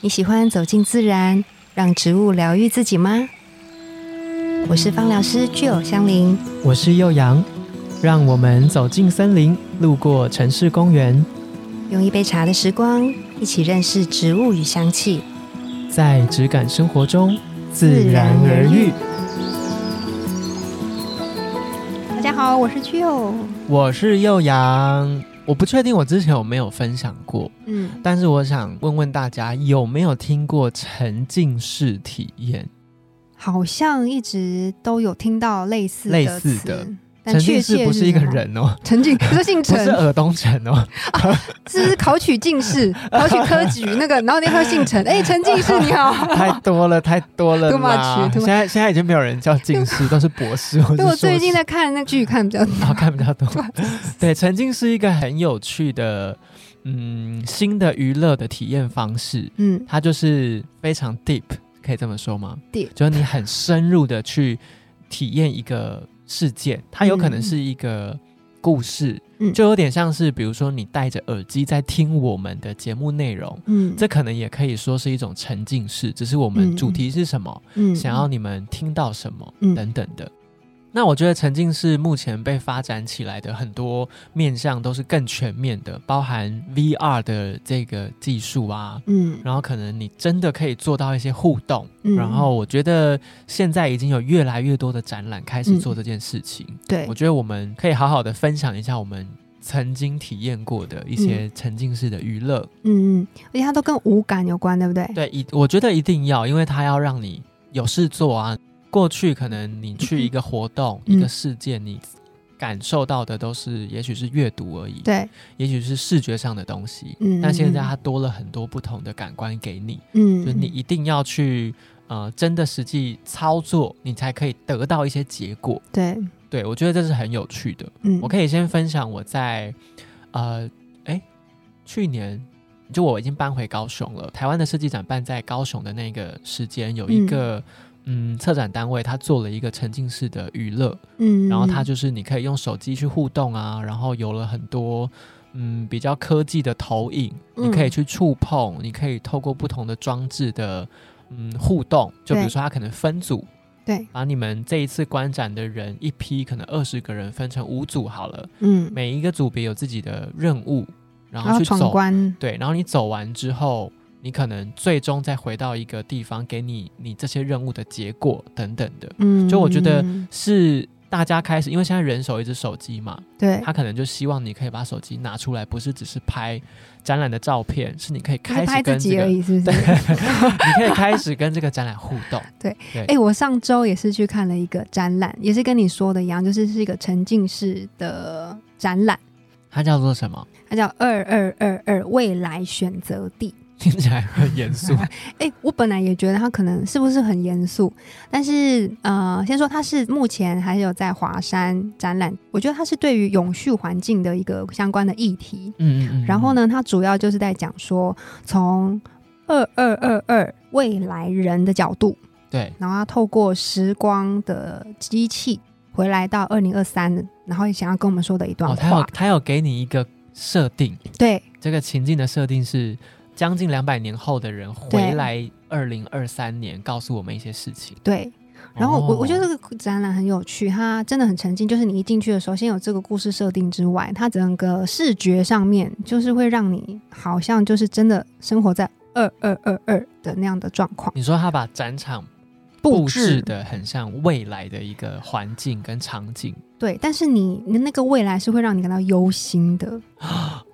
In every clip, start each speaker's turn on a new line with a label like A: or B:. A: 你喜欢走进自然，让植物疗愈自己吗？我是芳疗师具有香林，
B: 我是幼阳，让我们走进森林，路过城市公园，
A: 用一杯茶的时光，一起认识植物与香气。
B: 在质感生活中自然而愈。
A: 大家好，我是具有。
B: 我是幼阳，我不确定我之前有没有分享过，
A: 嗯，
B: 但是我想问问大家有没有听过沉浸式体验？
A: 好像一直都有听到类似的
B: 类似的
A: 词，但
B: 沉
A: 确
B: 浸
A: 切
B: 式不是一个
A: 什么，
B: 人哦，
A: 沉浸不是姓
B: 不
A: 陈，
B: 是尔东城 哦，
A: 是不是考取进 士、考取科举那个，然后你还有姓陈，哎，陈进士你 好。
B: 太多了，太多了
A: Too
B: 啦
A: much，too much
B: 现在现在已经没有人叫进 士，都是博士或者
A: 对，我最近在看那剧，看比较多。
B: 然后看比较多。对，沉浸是一个很有趣的，嗯，新的娱乐的体验方式。
A: 嗯，
B: 它就是非常 deep，可以这么说吗
A: Deep
B: 就是你很深入的去体验一个事件，它有可能是一个故事，
A: 嗯
B: 就有点像是比如说你戴着耳机在听我们的节目内容。
A: 嗯，
B: 这可能也可以说是一种沉浸式，只是我们
A: 嗯
B: 主题是什么，
A: 嗯
B: 想要你们听到什么、
A: 嗯
B: 等等的。那我觉得沉浸式目前被发展起来的很多面向都是更全面的，包含 VR 的这个技术啊，
A: 嗯，
B: 然后可能你真的可以做到一些互动。
A: 嗯
B: 然后我觉得现在已经有越来越多的展览开始做这件事情，
A: 嗯对
B: 我，觉得我们可以好好的分享一下我们曾经体验过的一些
A: 嗯
B: 沉浸式的娱乐。
A: 嗯嗯，而且它都跟五感有关，对不对？
B: 对，一我觉得一定要，因为它要让你有事做啊。过去可能你去一个活动、
A: 嗯
B: 一个事件，你感受到的都是，也许是阅读而已，
A: 对，
B: 也许是视觉上的东西。
A: 嗯。
B: 但现在
A: 嗯
B: 它多了很多不同的感官给你，
A: 嗯，
B: 就你一定要去呃，真的实际操作，你才可以得到一些结果。
A: 对，
B: 对我觉得这是很有趣的。
A: 嗯，
B: 我可以先分享我在呃，哎，去年就我已经搬回高雄了。台湾的设计展办在高雄的那个时间，有一个嗯策展单位，他做了一个沉浸式的娱乐，
A: 嗯，
B: 然后它就是你可以用手机去互动啊，然后有了很多。嗯，比较科技的投影，
A: 嗯
B: 你可以去触碰，你可以透过不同的装置的嗯互动，就比如
A: 对
B: 说它可能分组，
A: 对，
B: 把你们这一次观展的人一批，可能二十个人分成五组好了，
A: 嗯，
B: 每一个组别有自己的任务，
A: 然
B: 然后
A: 后
B: 去
A: 闯
B: 走，
A: 关，
B: 对，然后你走完之后，你可能最终再回到一个地方，给你你这些任务的结果等等的，
A: 嗯，
B: 就我觉得
A: 嗯
B: 是大家开始，因为现在人手一只手机嘛，
A: 对，
B: 他可能就希望你可以把手机拿出来，不是只是拍展览的照片，是你可以
A: 不是
B: 开
A: 拍
B: 始
A: 自
B: 跟这
A: 己
B: 个，
A: 而
B: 你
A: 已，是不是？
B: 可以开始跟这个展览互动，
A: 哎、我上周也是去看了一个展览，也是跟你说的一样，就是是一个沉浸式的展览，
B: 它叫做什么？
A: 它叫“二二二二未来选择地
B: 听起来很严肃，”。
A: 哎、我本来也觉得它可能是不是很严肃，但是呃，先说它是目前还有在华山展览，我觉得它是对于永续环境的一个相关的议题。
B: 嗯嗯嗯，
A: 然后呢，它主要就是在讲说从二二二二未来人的角度，
B: 对，
A: 然后他透过时光的机器回来到二零二三，然后也想要跟我们说的一段
B: 哦，他
A: 话。
B: 有他有给你一个设定，
A: 对
B: 这个情境的设定是将近两百年后的人回来二零二三年，告诉我们一些事情。
A: 对，然后我、
B: 哦
A: 我觉得这个展览很有趣，它真的很沉浸。就是你一进去的时候，先有这个故事设定之外，它整个视觉上面就是会让你好像就是真的生活在二二二二的那样的状况
B: 你说他把展场布置的很像未来的一个环境跟场景
A: 对，但是你你那个未来是会让你感到忧心的。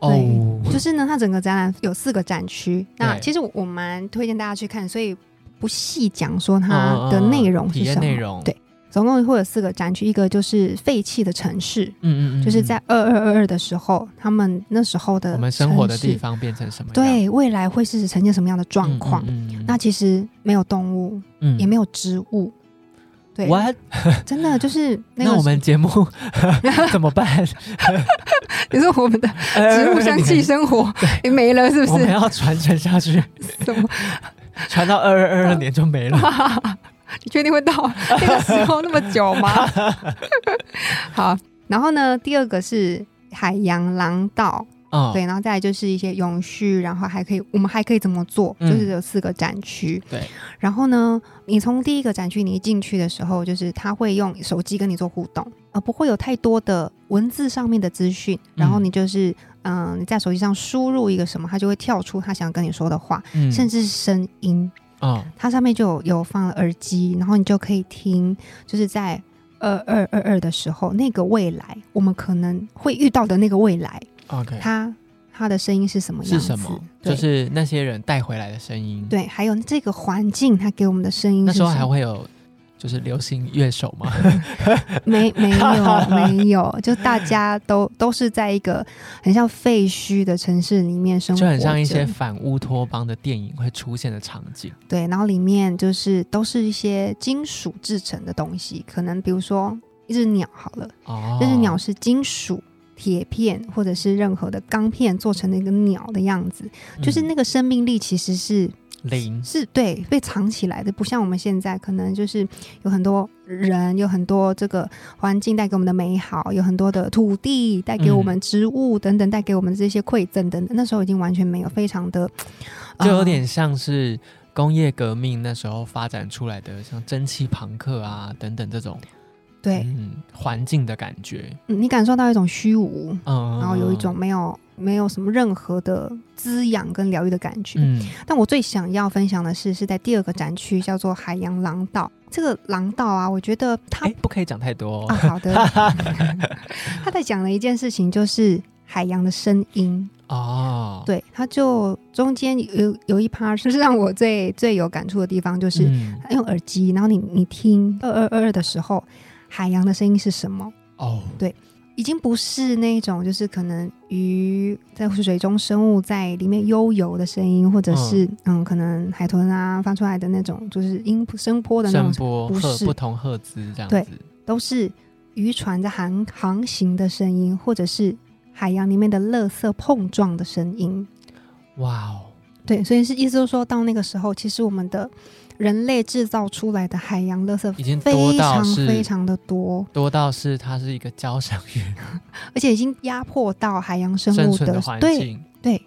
B: 哦，
A: 就是呢，它整个展览有四个展区，那
B: 对
A: 其实我蛮推荐大家去看，所以不细讲说
B: 嗯
A: 它
B: 嗯
A: 的
B: 嗯
A: 内容是
B: 体验
A: 什么。
B: 内容，
A: 对总共会有四个展区，一个就是废弃的城市，
B: 嗯嗯嗯，
A: 就是在二二二二的时候，他们那时候的
B: 我们生活的
A: 城市
B: 地，方变成什么样
A: 对未来会是呈现什么样的状况？
B: 嗯嗯嗯
A: 那其实没有动物，
B: 嗯
A: 也没有植物，对，
B: what？
A: 真的就是那个
B: 那我们 节目怎么办？
A: 你说我们的 植 物香气生活也没了，是
B: 我
A: 不
B: 们
A: 是？
B: 要传承下去，
A: 什么？
B: 传到二二二二年就没 了。
A: 你确定会到那个时候那么久吗？ 好，然后呢，第二个是海洋廊道
B: 嗯，
A: 对，然后再来就是一些永续，然后还可以我们还可以怎么做，就
B: 嗯
A: 是有四个展区。
B: 对，
A: 然后呢，你从第一个展区你一进去的时候，就是他会用手机跟你做互动，呃，不会有太多的文字上面的资讯，然后
B: 嗯
A: 你就是嗯、你在手机上输入一个什么，他就会跳出他想跟你说的话，
B: 嗯，
A: 甚至是声音。
B: 嗯
A: 它上面就有有放了耳机，然后你就可以听，就是在二二二二的时候，那个未来我们可能会遇到的那个未来，
B: ，OK，
A: 它它的声音是什么样
B: 嗯是
A: 子？
B: 什么？
A: 对、
B: 就是那些人带回来的声音。，
A: 对，还有这个环境它给我们的声音
B: 那
A: 是什
B: 时
A: 么，
B: 候还会有就是流行乐手 嘛，
A: 没没有没有，就大家都都是在一个很像废墟的城市里面生活
B: 就
A: 着，
B: 很像一些反乌托邦的电影会出现的场景。
A: 对，然后里面就是都是一些金属制成的东西，可能比如说一只鸟好了。
B: 哦，
A: 但是鸟是金属、铁片或者是任何的钢片做成的一个鸟的样子，就是
B: 嗯
A: 那个生命力其实是
B: 零，
A: 是对被藏起来的，不像我们现在可能就是有很多人，有很多这个环境带给我们的美好，有很多的土地带给我们植物等等，带给我们这些馈赠等等。那时候已经完全没有，非常的 呃
B: 就
A: 嗯
B: 有点像是工业革命那时候发展出来的，像蒸汽朋克啊等等这种
A: 对、
B: 嗯环境的感觉。
A: 嗯你感受到一种虚无，
B: 嗯，
A: 然后有一种没有没有什么任何的滋养跟疗愈的感觉。
B: 嗯
A: 但我最想要分享的是，是在第二个展区叫做海洋廊道。这个廊道啊，我觉得它、
B: 哎、不可以讲太多、
A: 啊，
B: 哦
A: 好的，他在讲的一件事情就是海洋的声音。啊
B: 哦，
A: 对，它就中间有有一趴是让我最最有感触的地方，就是
B: 嗯
A: 它用耳机，然后你你听二二二二的时候，海洋的声音是什么？
B: 哦，
A: 已经不是那种就是可能鱼在水中生物在里面悠游的声音，或者是嗯可能海豚啊发出来的那种就是音声波的那
B: 声
A: 种，
B: 波
A: 不
B: 赫
A: 是
B: 不同赫兹这样
A: 对
B: 子。
A: 都是渔船在航航行的声音，或者是海洋里面的垃圾碰撞的声音。
B: 哇哦，
A: 对，所以是意思就是说到那个时候，其实我们的人类制造出来的海洋垃圾
B: 已经多
A: 非
B: 到
A: 常
B: 是
A: 非常的多，
B: 多到是它是一个交响乐
A: 而且已经压迫到海洋生
B: 生
A: 物
B: 存
A: 的
B: 的环
A: 对
B: 境。
A: 对，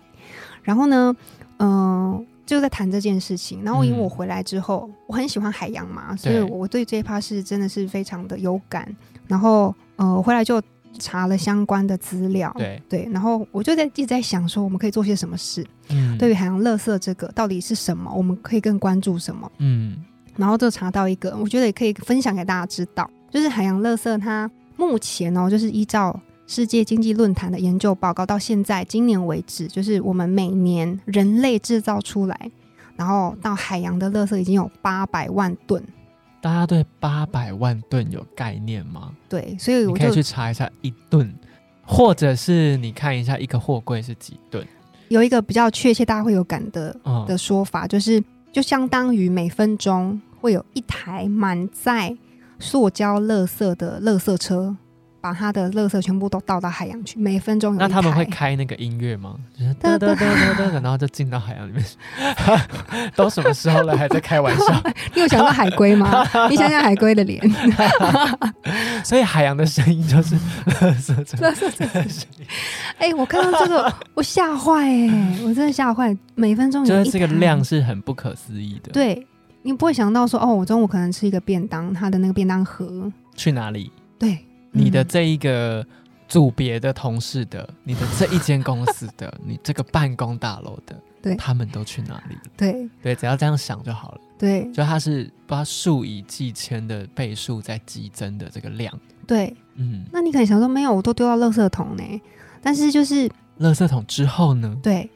A: 然后呢，嗯、就在谈这件事情。然后因为
B: 嗯
A: 我回来之后，我很喜欢海洋嘛，所以
B: 对
A: 我对这一趴是真的是非常的有感。然后呃，我回来就查了相关的资料，
B: 对，
A: 然后我就在一直在想说，我们可以做些什么事？
B: 嗯，
A: 对于，海洋垃圾这个到底是什么，我们可以更关注什么？
B: 嗯
A: 然后就查到一个，我觉得也可以分享给大家知道，就是海洋垃圾它目前哦，就是依照世界经济论坛的研究报告，到现在今年为止，就是我们每年人类制造出来，然后到海洋的垃圾已经有八百万吨。
B: 大家对八百万吨有概念吗？
A: 对，所以
B: 你
A: 我
B: 可以
A: 就
B: 去查一下一吨，或者是你看一下一个货柜是几吨。
A: 有一个比较确切大家会有感的
B: 嗯，
A: 的说法，就是就相当于每分钟会有一台满载塑胶垃圾的垃圾车，把它的垃圾全部都倒到海洋去，每分钟有一台。啊
B: 那他们会开那个音乐吗？就是
A: 哒哒
B: 哒哒哒哒哒，然后就进到海洋里面。都什么时候了，还在开玩笑？
A: 你有想到海龟吗？你想想海龟的脸，
B: 所以海洋的声音就是 垃圾车
A: 垃圾
B: 的声音，
A: 哎、我看到这个我吓坏哎，我真的吓坏，每分钟有
B: 就
A: 一
B: 是这个
A: 台
B: 量，是很不可思议的。，
A: 对你不会想到说哦，我中午可能吃一个便当，它的那个便当盒，
B: 去哪里？
A: 对，嗯
B: 你的这一个组别的同事的，你的这一间公司的，你这个办公大楼的，
A: 对
B: 他们都去哪里？
A: 对
B: 对，只要这样想就好了。
A: 对
B: 就它是不知道数以计千的倍数在激增的这个量，
A: 对，
B: 嗯，
A: 那你可能想说没有，我都丢到垃圾桶呢，但是就是
B: 垃圾桶之后呢？
A: 对，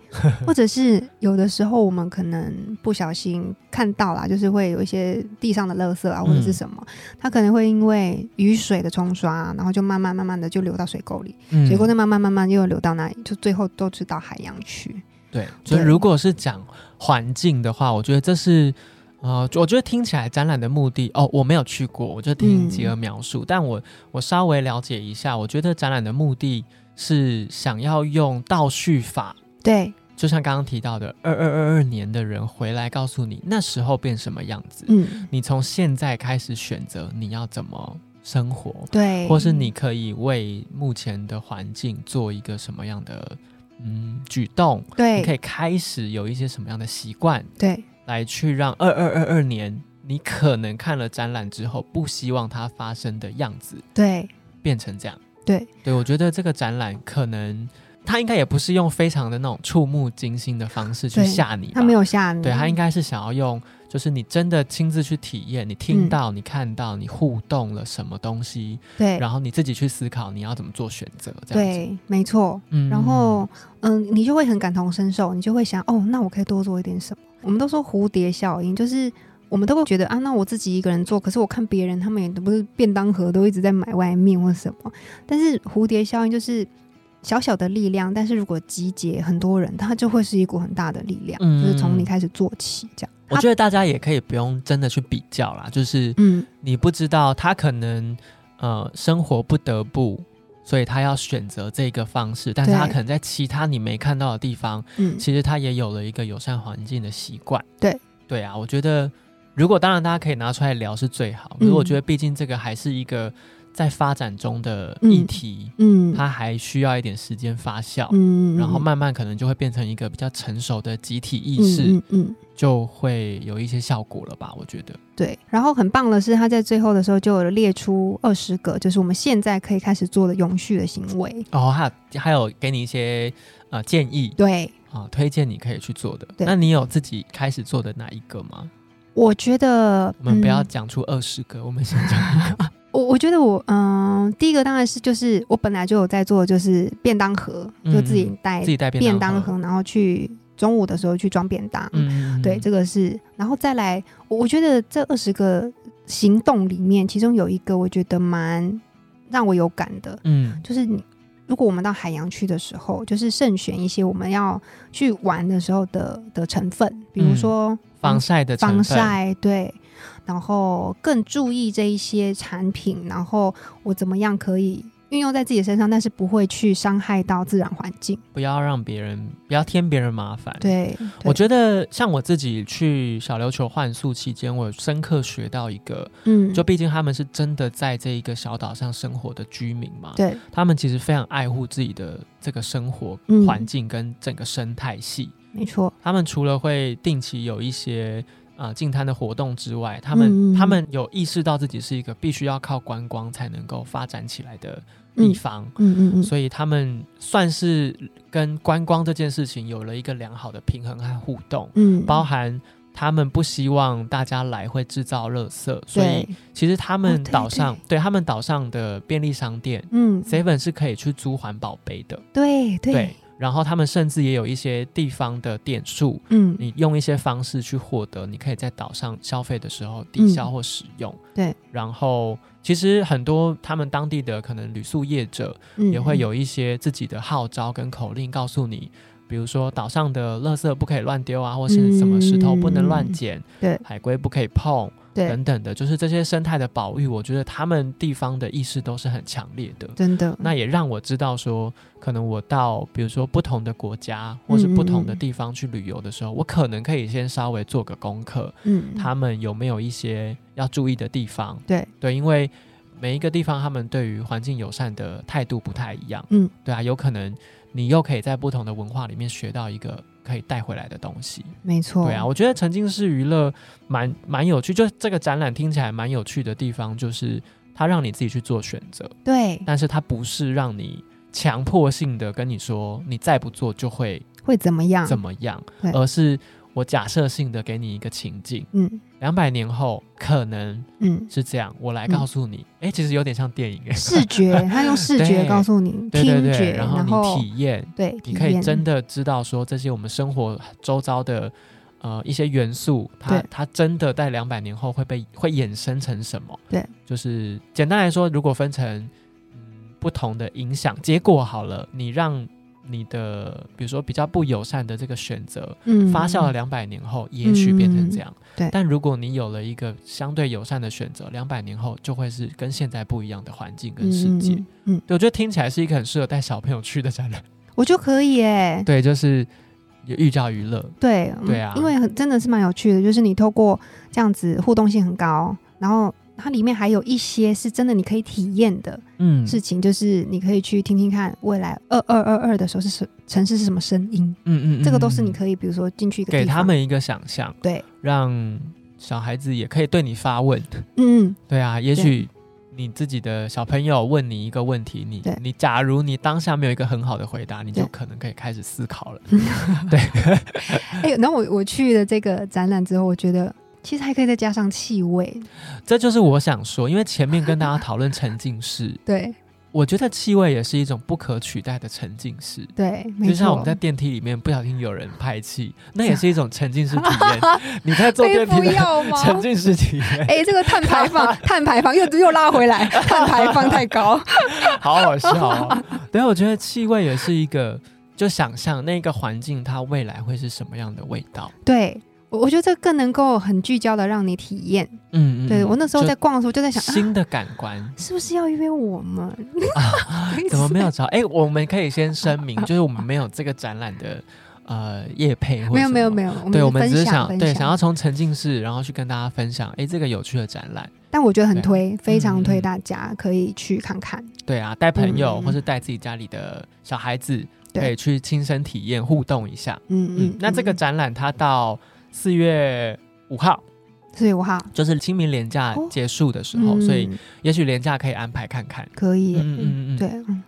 A: 或者是有的时候我们可能不小心看到啦，就是会有一些地上的垃圾啊，或者是
B: 嗯
A: 什么，它可能会因为雨水的冲刷，然后就慢慢慢慢的就流到水沟里，
B: 嗯
A: 水沟再慢慢慢慢又流到那里，就最后都是到海洋去。
B: 对，所以
A: 对
B: 如果是讲环境的话，我觉得这是。呃，我觉得听起来展览的目的哦，我没有去过，我就听吉儿描述，但我我稍微了解一下，我觉得展览的目的是想要用倒叙法，
A: 对，
B: 就像刚刚提到的，二二二二年的人回来告诉你那时候变什么样子，
A: 嗯，
B: 你从现在开始选择你要怎么生活，
A: 对，
B: 或是你可以为目前的环境做一个什么样的嗯举动，你可
A: 对
B: 以开始有一些什么样的习惯，
A: 对
B: 来去让二二二二年你可能看了展览之后不希望它发生的样子
A: 对
B: 变成这样。
A: 对，
B: 对，我觉得这个展览可能它应该也不是用非常的那种触目惊心的方式去
A: 对
B: 吓你吧，
A: 他没有吓你，
B: 对他应
A: 该
B: 该是想要用，就是你真的亲自去体验，你
A: 嗯
B: 听到、你看到、你互动了什么东西，
A: 对
B: 然后你自己去思考你要怎么做选择，这样子。
A: 对，没错。
B: 嗯
A: 然后，嗯，你就会很感同身受，你就会想，哦，那我可以多做一点什么。我们都说蝴蝶效应，就是我们都会觉得啊，那我自己一个人做，可是我看别人，他们也都不是便当盒都一直在买外面或什么。但是蝴蝶效应就是小小的力量，但是如果集结很多人，它就会是一股很大的力量，就是从你
B: 嗯
A: 开始做起，这样。
B: 我觉得大家也可以不用真的去比较啦，就是
A: 嗯，
B: 你不知道他可能呃生活不得不，所以他要选择这个方式，但是他
A: 对
B: 可能在其他你没看到的地方，
A: 嗯，
B: 其实他也有了一个友善环境的习惯。
A: 对
B: 对啊，我觉得如果当然大家可以拿出来聊是最好，可是
A: 嗯
B: 我觉得毕竟这个还是一个在发展中的议题，
A: 嗯，
B: 它还需要一点时间发酵。
A: 嗯，
B: 然后
A: 嗯
B: 慢慢可能就会变成一个比较成熟的集体意
A: 嗯
B: 识，
A: 嗯嗯，
B: 就会有一些效果了吧？我觉得，
A: 对，然后很棒的是，他在最后的时候就有列出二十个，就是我们现在可以开始做的永续的行为。
B: 哦，还有还有给你一些呃建议
A: 对，
B: 啊、推荐你可以去做的。
A: 对
B: 那你有自己开始做的哪一个吗？
A: 我觉得
B: 我们不要
A: 嗯
B: 讲出二十个，我们先讲
A: 我我觉得我嗯、第一个当然是就是我本来就有在做，就是便当盒，
B: 嗯
A: 就自己带
B: 自己带
A: 哎便
B: 便
A: 当
B: 盒。
A: 盒，然后去中午的时候去装便当。
B: 嗯，
A: 对，这个是，然后再来，我我觉得这二十个行动里面，其中有一个我觉得蛮让我有感的，
B: 嗯
A: 就是你，如果我们到海洋去的时候，就是慎选一些我们要去玩的时候的的成分，比如
B: 嗯
A: 说
B: 防晒的成
A: 防
B: 分，
A: 晒，对，然后更注意这一些产品，然后我怎么样可以运用在自己身上，但是不会去伤害到自然环境。
B: 不要让别人不要添别人麻烦。，
A: 对，对
B: 我觉得像我自己去小琉球换宿期间，我深刻学到一个，
A: 嗯，
B: 就毕竟他们是真的在这一个小岛上生活的居民嘛，
A: 对，
B: 他们其实非常爱护自己的这个生活
A: 嗯
B: 环境跟整个生态系。
A: 没错，
B: 他们除了会定期有一些啊进滩的活动之外，他们、
A: 嗯嗯嗯
B: 他们有意识到自己是一个必须要靠观光才能够发展起来的地
A: 嗯
B: 方，
A: 嗯嗯嗯，
B: 所以他们算是跟观光这件事情有了一个良好的平衡和互动，
A: 嗯，
B: 包含他们不希望大家来会制造垃圾，所以
A: 对，
B: 其实他们
A: 哦对
B: 岛上、对他们岛上的便利商店
A: 嗯，
B: seven 是可以去租环保杯的，
A: 对对，
B: 然后他们甚至也有一些地方的点数，
A: 嗯，
B: 你用一些方式去获得，你可以在岛上消费的时候抵消或使用。
A: 嗯对，
B: 然后其实很多他们当地的可能旅宿业者
A: 嗯
B: 也会，有一些自己的号召跟口令，告诉你，比如说岛上的垃圾不可以乱丢啊，或是什么石头不能乱捡，
A: 嗯对
B: 海龟不可以碰
A: 对
B: 等，等的，就是这些生态的保育，我觉得他们地方的意识都是很强烈的。
A: 真的，
B: 那也让我知道说，可能我到比如说不同的国家或是不
A: 嗯
B: 同的地方去旅游的时候，我可能可以先稍微做个功课，
A: 嗯，
B: 他们有没有一些要注意的地方？
A: 对
B: 对，因为每一个地方他们对于环境友善的态度不太一样。
A: 嗯，
B: 对啊，有可能你又可以在不同的文化里面学到一个可以带回来的东西。
A: 没错，
B: 对啊，，我觉得沉浸式娱乐蛮蛮有趣，就这个展览听起来蛮有趣的地方，就是它让你自己去做选择。
A: 对，
B: 但是它不是让你强迫性的跟你说你再不做就会
A: 会怎么样？
B: 怎么样，
A: 嗯对
B: 而是我假设性的给你一个情境，
A: 嗯
B: 两百年后可能
A: 嗯，
B: 是这样，我来告诉你，哎、其实有点像电影，诶
A: 视觉， 他用视觉
B: 对
A: 告诉你，
B: 对对
A: 听
B: 对，
A: 觉，
B: 然
A: 然
B: 后你体验，
A: 对，
B: 你可以真
A: 的
B: 的知道说这些我们生活周遭的。呃，一些元素，它
A: 对
B: 它真的在两百年后会被会衍生成什么？
A: 对，
B: 就是简单来说，如果分成嗯不同的影响结果好了，你让你的比如说比较不友善的这个选择，
A: 嗯
B: 发酵了两百年后，也许变成这样。
A: 对
B: 但如果你有了一个相对友善的选择，两百年后就会是跟现在不一样的环境跟世界。
A: 嗯嗯嗯，嗯
B: 对，我觉得听起来是一个很适合带小朋友去的展览。
A: 我就可以哎，
B: 对，就是有寓教于乐。
A: 对
B: 对啊
A: 因为很真的是蛮有趣的，就是你透过这样子互动性很高，然后它里面还有一些是真的你可以体验的
B: 嗯，
A: 事情，就是你可以去听听看未来二二二二的时候是什城市是什么声音，
B: 嗯嗯嗯，
A: 这个都是
B: 嗯
A: 你可以，比如说进去一个
B: 给
A: 地方
B: 他们一个想象，
A: 对，
B: 让小孩子也可以对你发问。
A: 嗯嗯
B: 对啊，也许你自己的小朋友问你一个问题，你
A: 对
B: 你假如你当下没有一个很好的回答，你就
A: 对
B: 可能可以开始思考了。
A: 哎、然后我我去了这个展览之后，我觉得其实还可以再加上气味，，
B: 这就是我想说，因为前面跟大家讨论沉浸式
A: 对
B: 我觉得气味也是一种不可取代的沉浸式。
A: 对，没
B: 就像我
A: 错
B: 们，在电梯里面不小心有人拍气，那也是一种沉浸式体 验。你在坐
A: 非
B: 电梯
A: 哎不
B: 的
A: 要吗？
B: 沉浸式体验，
A: 哎、这个碳排放，碳排放又又拉回来，碳排放太 高。
B: 好好笑 哦。对，我觉得气味也是一个，就想象那个环境它未来会是什么样的味道。
A: 对，我我觉得这更能够很聚焦的让你体验。
B: 嗯嗯，
A: 对
B: 嗯
A: 我那时候
B: 就
A: 在逛的时候就在想，啊、
B: 新的感 官
A: 是不是要约我们？
B: 怎么没有找？哎、我们可以先声明，就是我们没有这个展览的呃业配，
A: 没有没有没
B: 有。
A: 有，我
B: 对，我
A: 们
B: 们只
A: 分
B: 是
A: 享
B: 想
A: 分
B: 对
A: 享，
B: 想要从沉浸式，然后去跟大家分享，哎，这个有趣的展览，
A: 但我觉得很
B: 对
A: 推，非常推
B: 嗯
A: 大家可以去看看。
B: 对啊，带朋友、
A: 嗯嗯
B: 或是带自己家里的小孩子，
A: 对
B: 可以去亲身体验互动一下。
A: 嗯
B: 嗯
A: 嗯，，
B: 那这个展览它到四月五号，
A: 四月五号
B: 就是清明连假
A: 哦
B: 结束的时候，
A: 嗯
B: 所以也许连假可以安排看看。
A: 可以，
B: 嗯嗯嗯嗯
A: 对，嗯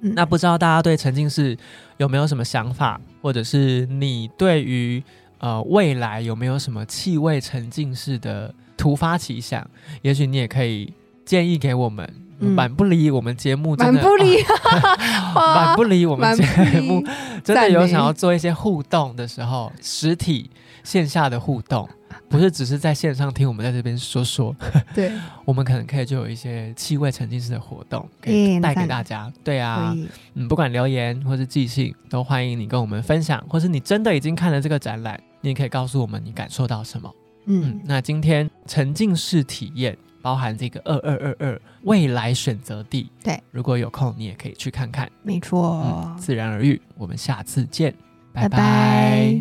A: 嗯
B: 那不知道大家对沉浸式有没有什么想法，或者是你对于呃未来有没有什么气味沉浸式的突发奇想？也许你也可以建议给我们。
A: 嗯
B: 满不离我们节目真
A: 满
B: 的，
A: 不离， 哦
B: 啊
A: 哇
B: 满不离 我们
A: 满不
B: 节目
A: 离，
B: 真
A: 赞
B: 的有
A: 美
B: 想要做一些互动的时候，实体线下的互动，不是只是在线上听我们在这边说说，
A: 对，
B: 我们可能可以就有一些气味沉浸式的活动，可
A: 耶
B: 以带给
A: 赞
B: 大家。对啊
A: 可，以，
B: 嗯，不管留言或是寄信，都欢迎你跟我们分享，或是你真的已经看了这个展览，你也可以告诉我们你感受到什么。嗯
A: 嗯，，
B: 那今天沉浸式体验包含这个二二二二未来选择地，
A: 对，哦
B: 如果有空你也可以去看看，
A: 没
B: 嗯
A: 错，
B: 自然而愈。我们下次见，
A: 拜拜